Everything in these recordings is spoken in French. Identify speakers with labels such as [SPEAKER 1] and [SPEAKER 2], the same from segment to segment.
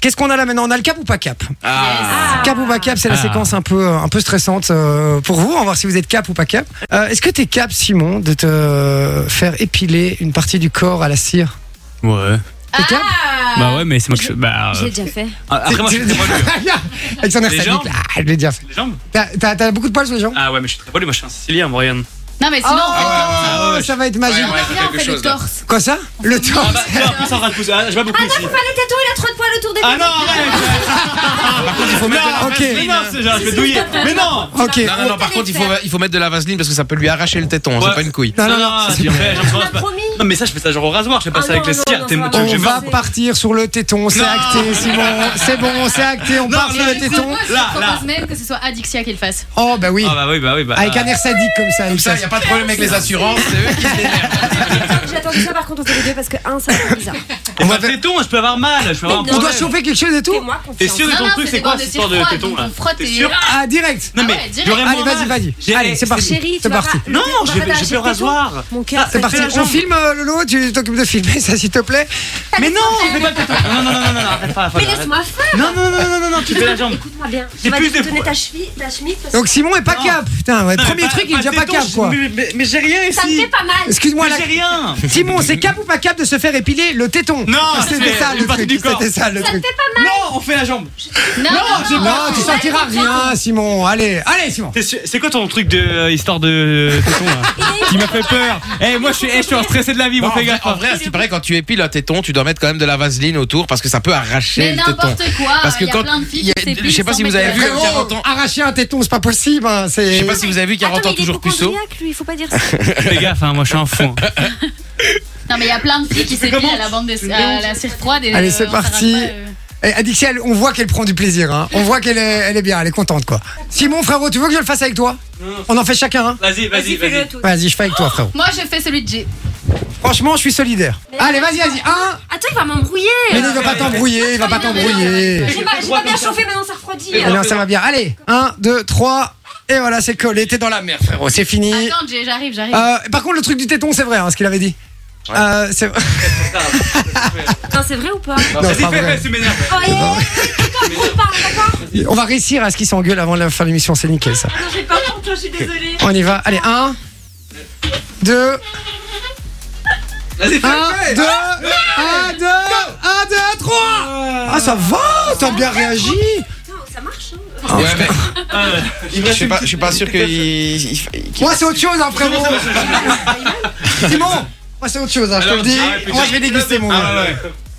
[SPEAKER 1] Qu'est-ce qu'on a là maintenant On a le cap ou pas cap
[SPEAKER 2] Ah.
[SPEAKER 1] Cap ou pas cap, c'est la
[SPEAKER 3] Ah.
[SPEAKER 1] séquence un peu, un peu stressante euh, pour vous. On va voir si vous êtes cap ou pas cap. Euh, Est-ce que t'es cap, Simon, de te faire épiler une partie du corps à la cire
[SPEAKER 3] Ouais.
[SPEAKER 1] T'es cap
[SPEAKER 3] Bah ouais, mais c'est moi que je. Bah.
[SPEAKER 4] J'ai
[SPEAKER 3] euh,
[SPEAKER 4] déjà fait.
[SPEAKER 2] Ah, Après, moi, je suis très poilu.
[SPEAKER 1] Avec son air
[SPEAKER 2] Les
[SPEAKER 1] sadique,
[SPEAKER 2] jambes
[SPEAKER 1] là. Ah, je l'ai déjà fait.
[SPEAKER 2] Les jambes
[SPEAKER 1] T'as- T'as t'as beaucoup de poils sur les jambes
[SPEAKER 2] Ah ouais, mais je suis très poilu. Moi, je suis un Sicilien, Brian.
[SPEAKER 4] Non, mais sinon,
[SPEAKER 1] Oh.
[SPEAKER 4] on fait le torse.
[SPEAKER 2] Ah ouais,
[SPEAKER 1] ça va être magique.
[SPEAKER 2] ouais, ouais,
[SPEAKER 4] Là, on
[SPEAKER 2] quelque
[SPEAKER 4] fait le
[SPEAKER 2] chose, là.
[SPEAKER 4] torse.
[SPEAKER 1] Quoi ça Le temps
[SPEAKER 2] Ah bah, tu vois, en plus, en train de pousser. Ah, je vois beaucoup ici.
[SPEAKER 4] Allez, tatou, il a trop de poils autour des
[SPEAKER 2] Ah non, arrête
[SPEAKER 1] Il faut mettre de-
[SPEAKER 2] Non,
[SPEAKER 1] Ok.
[SPEAKER 2] Mais non, c'est genre, je vais douiller. Mais non
[SPEAKER 1] Ok.
[SPEAKER 5] Non, non, non, par contre, il faut, il faut mettre de la vaseline parce que ça peut lui arracher le téton, hein,
[SPEAKER 2] Ouais.
[SPEAKER 5] c'est pas une couille.
[SPEAKER 1] Non, non, non,
[SPEAKER 2] non,
[SPEAKER 1] c'est-
[SPEAKER 2] tu fais, j'en commence
[SPEAKER 4] On
[SPEAKER 2] pas.
[SPEAKER 4] a promis.
[SPEAKER 2] Non, mais ça, je fais ça genre au rasoir. Je fais pas
[SPEAKER 4] Ah
[SPEAKER 2] ça avec
[SPEAKER 4] non,
[SPEAKER 2] les
[SPEAKER 4] non,
[SPEAKER 2] cires.
[SPEAKER 4] non,
[SPEAKER 2] T'es-
[SPEAKER 4] ça
[SPEAKER 2] tu veux que
[SPEAKER 1] On
[SPEAKER 2] je
[SPEAKER 1] va
[SPEAKER 2] fasse
[SPEAKER 1] partir sur le téton, c'est
[SPEAKER 2] Non.
[SPEAKER 1] acté, Simon. C'est bon, c'est acté, on part sur le téton.
[SPEAKER 2] Là,
[SPEAKER 4] Je
[SPEAKER 2] là.
[SPEAKER 4] propose même que ce soit Adixia qui le fasse.
[SPEAKER 1] Oh bah oui,
[SPEAKER 2] Ah bah oui, bah oui, bah.
[SPEAKER 1] avec un air sadique comme ça.
[SPEAKER 5] Comme ça, il n'y a pas de problème avec les assurances, c'est eux qui se démerdent.
[SPEAKER 6] J'ai attendu ça par contre, on fait les deux parce que un, ça fait bizarre.
[SPEAKER 2] Et
[SPEAKER 1] On
[SPEAKER 2] bah,
[SPEAKER 1] va faire-
[SPEAKER 2] téton, je peux avoir mal. Je peux avoir
[SPEAKER 1] On
[SPEAKER 2] un
[SPEAKER 1] doit
[SPEAKER 2] problème.
[SPEAKER 1] chauffer quelque chose et tout
[SPEAKER 6] Fais-moi
[SPEAKER 2] T'es
[SPEAKER 6] confiance.
[SPEAKER 2] sûr de ton truc, c'est quoi cette histoire de téton là
[SPEAKER 4] Frotte
[SPEAKER 2] T'es
[SPEAKER 4] et...
[SPEAKER 2] sûr
[SPEAKER 1] Ah, direct
[SPEAKER 2] Non,
[SPEAKER 4] Ah ouais,
[SPEAKER 2] mais
[SPEAKER 4] direct.
[SPEAKER 2] j'aurais
[SPEAKER 1] Allez,
[SPEAKER 2] moins
[SPEAKER 1] vas-y,
[SPEAKER 2] mal.
[SPEAKER 1] vas-y.
[SPEAKER 2] J'ai-
[SPEAKER 1] Allez, c'est parti.
[SPEAKER 6] Chérie, tu
[SPEAKER 1] C'est
[SPEAKER 6] vas
[SPEAKER 1] parti.
[SPEAKER 6] ra-
[SPEAKER 2] Non,
[SPEAKER 6] on va
[SPEAKER 2] je vais-
[SPEAKER 6] rattacher
[SPEAKER 2] je vais au
[SPEAKER 6] tes dons.
[SPEAKER 2] rasoir.
[SPEAKER 6] Mon cœur,
[SPEAKER 1] C'est
[SPEAKER 6] ça
[SPEAKER 1] parti.
[SPEAKER 6] fait
[SPEAKER 2] la
[SPEAKER 1] On
[SPEAKER 2] jambe.
[SPEAKER 1] filme euh, Lolo, tu t'occupes de filmer ça s'il te plaît.
[SPEAKER 2] Mais non, fais pas le téton. Non, non, non, non, non, arrête pas.
[SPEAKER 6] Mais
[SPEAKER 2] arrête.
[SPEAKER 6] laisse-moi faire,
[SPEAKER 2] Non, non, non, non, non, non, Ah, tu fais la jambe.
[SPEAKER 6] écoute-moi bien.
[SPEAKER 2] J'ai
[SPEAKER 6] Je vais
[SPEAKER 2] plus
[SPEAKER 6] te
[SPEAKER 2] des
[SPEAKER 6] donner
[SPEAKER 2] poils.
[SPEAKER 6] ta cheville, ta chemise parce
[SPEAKER 1] Donc
[SPEAKER 6] que
[SPEAKER 1] Simon est pas
[SPEAKER 2] Non.
[SPEAKER 1] cap. Putain, ouais,
[SPEAKER 2] Non, mais
[SPEAKER 1] premier
[SPEAKER 2] pas-
[SPEAKER 1] truc, il
[SPEAKER 2] pas
[SPEAKER 1] est déjà
[SPEAKER 2] le
[SPEAKER 1] pas
[SPEAKER 2] téton,
[SPEAKER 1] cap
[SPEAKER 2] je-
[SPEAKER 1] quoi.
[SPEAKER 2] mais- mais- Mais j'ai rien
[SPEAKER 6] ça me
[SPEAKER 2] ici.
[SPEAKER 6] fait pas mal.
[SPEAKER 1] Excuse-moi
[SPEAKER 2] Mais
[SPEAKER 1] la
[SPEAKER 2] j'ai rien.
[SPEAKER 1] Simon, c'est cap ou pas cap de se faire épiler le téton Ah,
[SPEAKER 2] Non,
[SPEAKER 1] c'était
[SPEAKER 2] c'est
[SPEAKER 1] ça
[SPEAKER 2] une
[SPEAKER 1] le
[SPEAKER 2] partie
[SPEAKER 1] truc.
[SPEAKER 2] du corps.
[SPEAKER 1] C'était ça le truc.
[SPEAKER 2] Non, on fait la jambe.
[SPEAKER 4] Non,
[SPEAKER 2] j'ai
[SPEAKER 1] Non, tu sortiras rien, Simon. Allez, allez, Simon.
[SPEAKER 2] T'es sûr- C'est quoi ton truc de euh, histoire de euh, téton là Qui m'a fait peur. Eh, moi je suis, eh, je suis en stressé de la vie,
[SPEAKER 5] Non,
[SPEAKER 2] mon
[SPEAKER 5] en,
[SPEAKER 2] fait
[SPEAKER 5] vrai,
[SPEAKER 2] gaffe. hein.
[SPEAKER 5] en vrai, à ce qui paraît, quand tu épiles un téton, tu dois mettre quand même de la vaseline autour parce que ça peut arracher
[SPEAKER 4] Mais
[SPEAKER 5] le téton.
[SPEAKER 4] n'importe quoi.
[SPEAKER 5] Parce que
[SPEAKER 4] il y a
[SPEAKER 5] quand-
[SPEAKER 4] plein de
[SPEAKER 5] il y
[SPEAKER 4] filles
[SPEAKER 5] a-
[SPEAKER 4] qui s'épilent
[SPEAKER 5] je sais pas
[SPEAKER 4] sans
[SPEAKER 5] si vous
[SPEAKER 4] mettre
[SPEAKER 5] avez
[SPEAKER 4] de-
[SPEAKER 5] vu-
[SPEAKER 1] Frérot,
[SPEAKER 5] 40 ans.
[SPEAKER 1] Arracher un téton, c'est pas possible. hein,
[SPEAKER 5] Je
[SPEAKER 1] C'est.
[SPEAKER 5] sais pas si vous avez vu 40
[SPEAKER 6] Attends,
[SPEAKER 5] ans
[SPEAKER 6] mais il est
[SPEAKER 5] toujours puceau.
[SPEAKER 6] hypochondriaque, lui, il faut pas dire ça.
[SPEAKER 2] Fais gaffe, hein, moi je suis un fond.
[SPEAKER 4] Non, mais il y a plein de filles qui s'épilent
[SPEAKER 2] comment
[SPEAKER 4] à la bande des-
[SPEAKER 2] Tu
[SPEAKER 4] à
[SPEAKER 2] me
[SPEAKER 4] la cire froide. et,
[SPEAKER 1] Allez,
[SPEAKER 4] euh,
[SPEAKER 1] c'est
[SPEAKER 4] on s'arrête
[SPEAKER 1] parti.
[SPEAKER 4] pas, euh.
[SPEAKER 1] Eh, Adixia, elle- on voit qu'elle prend du plaisir. hein. On voit qu'elle est, elle est bien, elle est contente quoi. Simon, frérot, tu veux que je le fasse avec toi
[SPEAKER 2] Non.
[SPEAKER 1] On en fait chacun. hein
[SPEAKER 2] Vas-y, vas-y, vas-y.
[SPEAKER 6] tout.
[SPEAKER 1] vas-y, je fais avec toi, frérot.
[SPEAKER 4] Moi, je fais celui de J.
[SPEAKER 1] Franchement, je suis solidaire. Allez, vas-y, vas-y. Un.
[SPEAKER 6] Attends, Ah, il va m'embrouiller.
[SPEAKER 1] Mais non, il va pas t'embrouiller, il va pas t'embrouiller.
[SPEAKER 6] J'ai pas, j'ai pas bien chauffé, maintenant ça refroidit.
[SPEAKER 1] Eh non, ça va bien. Allez, 1, 2, 3. Et voilà, c'est collé. T'es dans la mer, frérot. C'est fini.
[SPEAKER 4] Attends, J, j'arrive, j'arrive.
[SPEAKER 1] Euh, par contre, le truc du téton, c'est vrai, hein, ce qu'il avait dit. Euh, c'est... Non,
[SPEAKER 6] Putain, c'est vrai ou pas
[SPEAKER 1] c'est pas
[SPEAKER 2] fais,
[SPEAKER 1] vrai.
[SPEAKER 2] fais, tu m'énerves.
[SPEAKER 6] Oh, eh, on parle, d'accord
[SPEAKER 1] On va réussir à ce qu'ils s'engueulent avant de faire l'émission. C'est nickel, ça.
[SPEAKER 6] Non, j'ai pas honte, je suis désolée.
[SPEAKER 1] On y va. Allez, 1, 2, 1, 2, 1, 2, 1, 2, 3. Ah, ça va, t'as bien réagi.
[SPEAKER 6] Putain, ça marche. hein.
[SPEAKER 5] Ouais, mais je suis pas, je suis pas sûr que. il- il- il- qu'il-
[SPEAKER 1] Moi, c'est autre chose, hein, frérot. Simon, moi, c'est autre chose, hein, je te le dis. Moi, je vais déguster mon.
[SPEAKER 2] Ah ouais, ouais.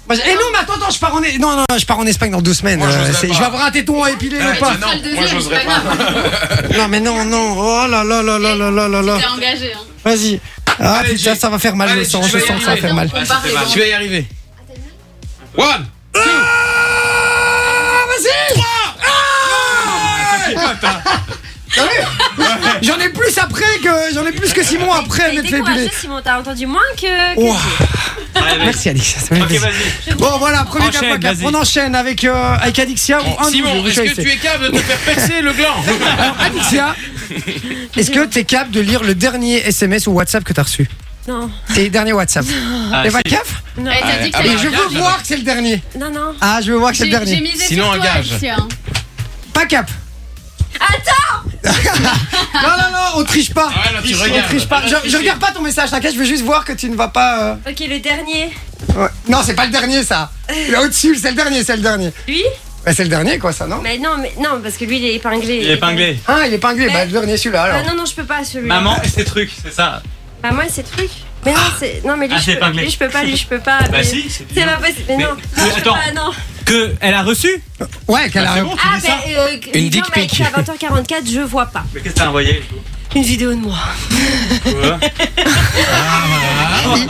[SPEAKER 1] Moi, j'ai- Eh non, mais attends, attends, je pars en, non, non, je pars en Espagne dans deux semaines.
[SPEAKER 5] Moi, j'oserais
[SPEAKER 1] Euh, c'est-
[SPEAKER 5] pas.
[SPEAKER 1] je vais avoir un téton à épiler
[SPEAKER 5] Ah,
[SPEAKER 1] ou pas.
[SPEAKER 4] Tu feras le deuxième,
[SPEAKER 5] moi, j'oserais
[SPEAKER 4] c'est pas. grave.
[SPEAKER 1] Non, mais non, non. Oh là là là là là là là là.
[SPEAKER 4] T'es engagé. hein.
[SPEAKER 1] Vas-y. Ah
[SPEAKER 5] Allez,
[SPEAKER 1] putain,
[SPEAKER 5] Jay.
[SPEAKER 1] ça va faire mal,
[SPEAKER 5] Allez,
[SPEAKER 1] je sens,
[SPEAKER 5] tu
[SPEAKER 1] je
[SPEAKER 5] vas y
[SPEAKER 1] sens que ça va
[SPEAKER 5] arriver.
[SPEAKER 1] faire mal.
[SPEAKER 4] On part les
[SPEAKER 5] Tu vas y arriver. One,
[SPEAKER 2] Ah
[SPEAKER 1] Ah oui J'en ai plus après que j'en ai plus que Simon après
[SPEAKER 6] T'as
[SPEAKER 1] m'être
[SPEAKER 6] été
[SPEAKER 1] fait épiler.
[SPEAKER 6] courageux, Simon, t'as entendu moins que. que-
[SPEAKER 1] Ouah.
[SPEAKER 2] Allez, vas-y.
[SPEAKER 1] Merci Alix. ça me
[SPEAKER 2] Ok,
[SPEAKER 1] fait plaisir.
[SPEAKER 2] vas-y.
[SPEAKER 1] Bon voilà, premier
[SPEAKER 2] Enchaîne,
[SPEAKER 1] cap, cap.
[SPEAKER 2] vas-y.
[SPEAKER 1] On enchaîne avec euh, avec Alixia.
[SPEAKER 6] Oh,
[SPEAKER 1] ou un de vous,
[SPEAKER 5] Simon,
[SPEAKER 1] vous
[SPEAKER 5] est-ce que
[SPEAKER 1] choisissez.
[SPEAKER 5] tu es capable de te faire percer le gland Ah
[SPEAKER 1] Alors, Alixia, est-ce que t'es capable de lire le dernier SMS ou WhatsApp que t'as reçu
[SPEAKER 6] Non,
[SPEAKER 1] Tes derniers WhatsApp.
[SPEAKER 2] Ah,
[SPEAKER 1] T'es
[SPEAKER 2] si. bah,
[SPEAKER 1] pas cap
[SPEAKER 6] non, euh,
[SPEAKER 4] Eh, t'as dit que
[SPEAKER 5] Ah,
[SPEAKER 1] Et
[SPEAKER 4] t'allais-
[SPEAKER 1] je veux voir que c'est le dernier.
[SPEAKER 6] non, non.
[SPEAKER 1] Ah, je veux voir que c'est
[SPEAKER 4] J'ai
[SPEAKER 1] le
[SPEAKER 4] j'ai
[SPEAKER 1] dernier.
[SPEAKER 4] misé sur
[SPEAKER 5] Sinon,
[SPEAKER 4] toi,
[SPEAKER 5] un gage.
[SPEAKER 4] Alexia, hein.
[SPEAKER 1] Pas cap. Attends Non, non, non, on triche pas.
[SPEAKER 5] Ah ouais, là, tu
[SPEAKER 1] On
[SPEAKER 5] regardes.
[SPEAKER 1] triche pas. Je, je regarde pas ton message, t'inquiète, je veux juste voir que tu ne vas pas. euh,
[SPEAKER 6] Ok, le dernier.
[SPEAKER 1] ouais. Non, c'est pas le dernier ça. Là au-dessus, c'est le dernier, c'est le dernier.
[SPEAKER 6] Lui
[SPEAKER 1] Bah, c'est le dernier quoi, ça, non
[SPEAKER 6] Mais non, mais non, parce que lui, il est épinglé.
[SPEAKER 2] Il est épinglé.
[SPEAKER 1] Ah, il est épinglé,
[SPEAKER 6] Mais-
[SPEAKER 1] bah le dernier celui-là
[SPEAKER 6] Ah
[SPEAKER 1] alors.
[SPEAKER 6] non, non, je peux pas celui-là.
[SPEAKER 2] Maman et ses trucs, c'est ça.
[SPEAKER 6] Maman, c'est truc. Mais non, c'est. Non, mais lui,
[SPEAKER 2] Ah, c'est
[SPEAKER 6] je peux...
[SPEAKER 2] épinglé.
[SPEAKER 6] lui, je peux pas, lui, je peux pas.
[SPEAKER 2] Bah
[SPEAKER 6] mais-
[SPEAKER 2] si, c'est
[SPEAKER 6] C'est pas possible. Mais,
[SPEAKER 2] Mais-
[SPEAKER 6] non.
[SPEAKER 2] mais
[SPEAKER 6] non, je peux
[SPEAKER 2] attends.
[SPEAKER 6] pas, non.
[SPEAKER 2] Que elle a reçu
[SPEAKER 1] Ouais, qu'elle
[SPEAKER 2] Ah,
[SPEAKER 1] a.
[SPEAKER 2] C'est bon, tu
[SPEAKER 6] Ah,
[SPEAKER 2] dis
[SPEAKER 6] bah,
[SPEAKER 2] ça
[SPEAKER 6] euh,
[SPEAKER 5] Une
[SPEAKER 6] Guillaume
[SPEAKER 5] dick
[SPEAKER 6] m'a
[SPEAKER 5] pic.
[SPEAKER 6] écrit à 20h44, je vois pas.
[SPEAKER 2] Mais qu'est-ce que t'as envoyé
[SPEAKER 6] Une vidéo de moi.
[SPEAKER 1] Ah, Ils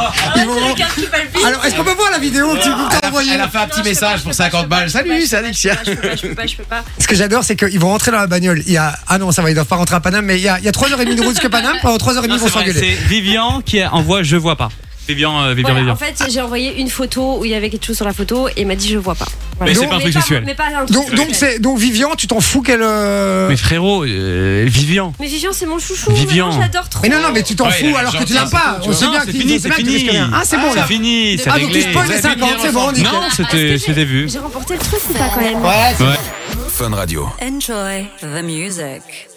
[SPEAKER 1] vont-
[SPEAKER 6] cœur qui palpite.
[SPEAKER 1] Alors, est-ce qu'on peut voir la vidéo que tu peux t'envoyer
[SPEAKER 5] Elle a fait un petit
[SPEAKER 6] Non, je peux pas,
[SPEAKER 5] message
[SPEAKER 6] je peux
[SPEAKER 5] pour
[SPEAKER 6] pas,
[SPEAKER 5] 50
[SPEAKER 6] je peux pas,
[SPEAKER 5] balles.
[SPEAKER 6] je peux pas,
[SPEAKER 5] Salut,
[SPEAKER 6] je
[SPEAKER 5] c'est
[SPEAKER 6] peux pas,
[SPEAKER 5] Alexia.
[SPEAKER 6] Ah, Je peux pas, je peux pas, je peux pas.
[SPEAKER 1] Ce que j'adore, c'est qu'ils vont rentrer dans la bagnole. Il y a... Ah non, ça va, ils doivent pas rentrer à Paname, mais il y a, il y a 3h30 de route jusqu'à Paname. Pendant 3h30, ils
[SPEAKER 2] Non,
[SPEAKER 1] vont
[SPEAKER 2] c'est vrai,
[SPEAKER 1] s'engueuler.
[SPEAKER 2] c'est Vivian qui envoie Je vois pas. Vivian, euh, Vivian,
[SPEAKER 6] Voilà,
[SPEAKER 2] Vivian.
[SPEAKER 6] en fait, j'ai envoyé une photo où il y avait quelque chose sur la photo et il m'a dit je vois pas.
[SPEAKER 2] Mais c'est
[SPEAKER 1] Donc-
[SPEAKER 2] pas un
[SPEAKER 6] Mais
[SPEAKER 2] truc
[SPEAKER 6] pas-
[SPEAKER 2] sexuel.
[SPEAKER 6] Mais pas un truc
[SPEAKER 1] Donc, donc,
[SPEAKER 6] sexuel.
[SPEAKER 1] c'est, donc Vivian, tu t'en fous qu'elle. euh,
[SPEAKER 3] Mais frérot, euh, Vivian.
[SPEAKER 6] Mais Vivian, c'est mon chouchou.
[SPEAKER 3] Vivian.
[SPEAKER 6] Vivian. J'adore trop.
[SPEAKER 1] Mais non, non, mais tu t'en
[SPEAKER 5] Ouais, il
[SPEAKER 1] fous
[SPEAKER 5] a
[SPEAKER 1] alors que tu
[SPEAKER 5] gentil,
[SPEAKER 1] l'as pas.
[SPEAKER 5] c'est
[SPEAKER 1] On sait
[SPEAKER 2] Non,
[SPEAKER 1] bien
[SPEAKER 2] c'est
[SPEAKER 1] que-
[SPEAKER 2] fini,
[SPEAKER 1] on sait
[SPEAKER 2] c'est
[SPEAKER 1] bien que tu
[SPEAKER 2] fini.
[SPEAKER 1] connais. Ah, c'est bon,
[SPEAKER 2] C'est
[SPEAKER 1] là.
[SPEAKER 2] fini, c'est
[SPEAKER 1] Ah, donc tu
[SPEAKER 2] réglé.
[SPEAKER 1] spoil les 50, c'est bon, on y va.
[SPEAKER 2] Non, c'était c'était vu.
[SPEAKER 6] J'ai remporté le truc ou pas quand même
[SPEAKER 1] Ouais,
[SPEAKER 2] Ouais.
[SPEAKER 7] Enjoy the music.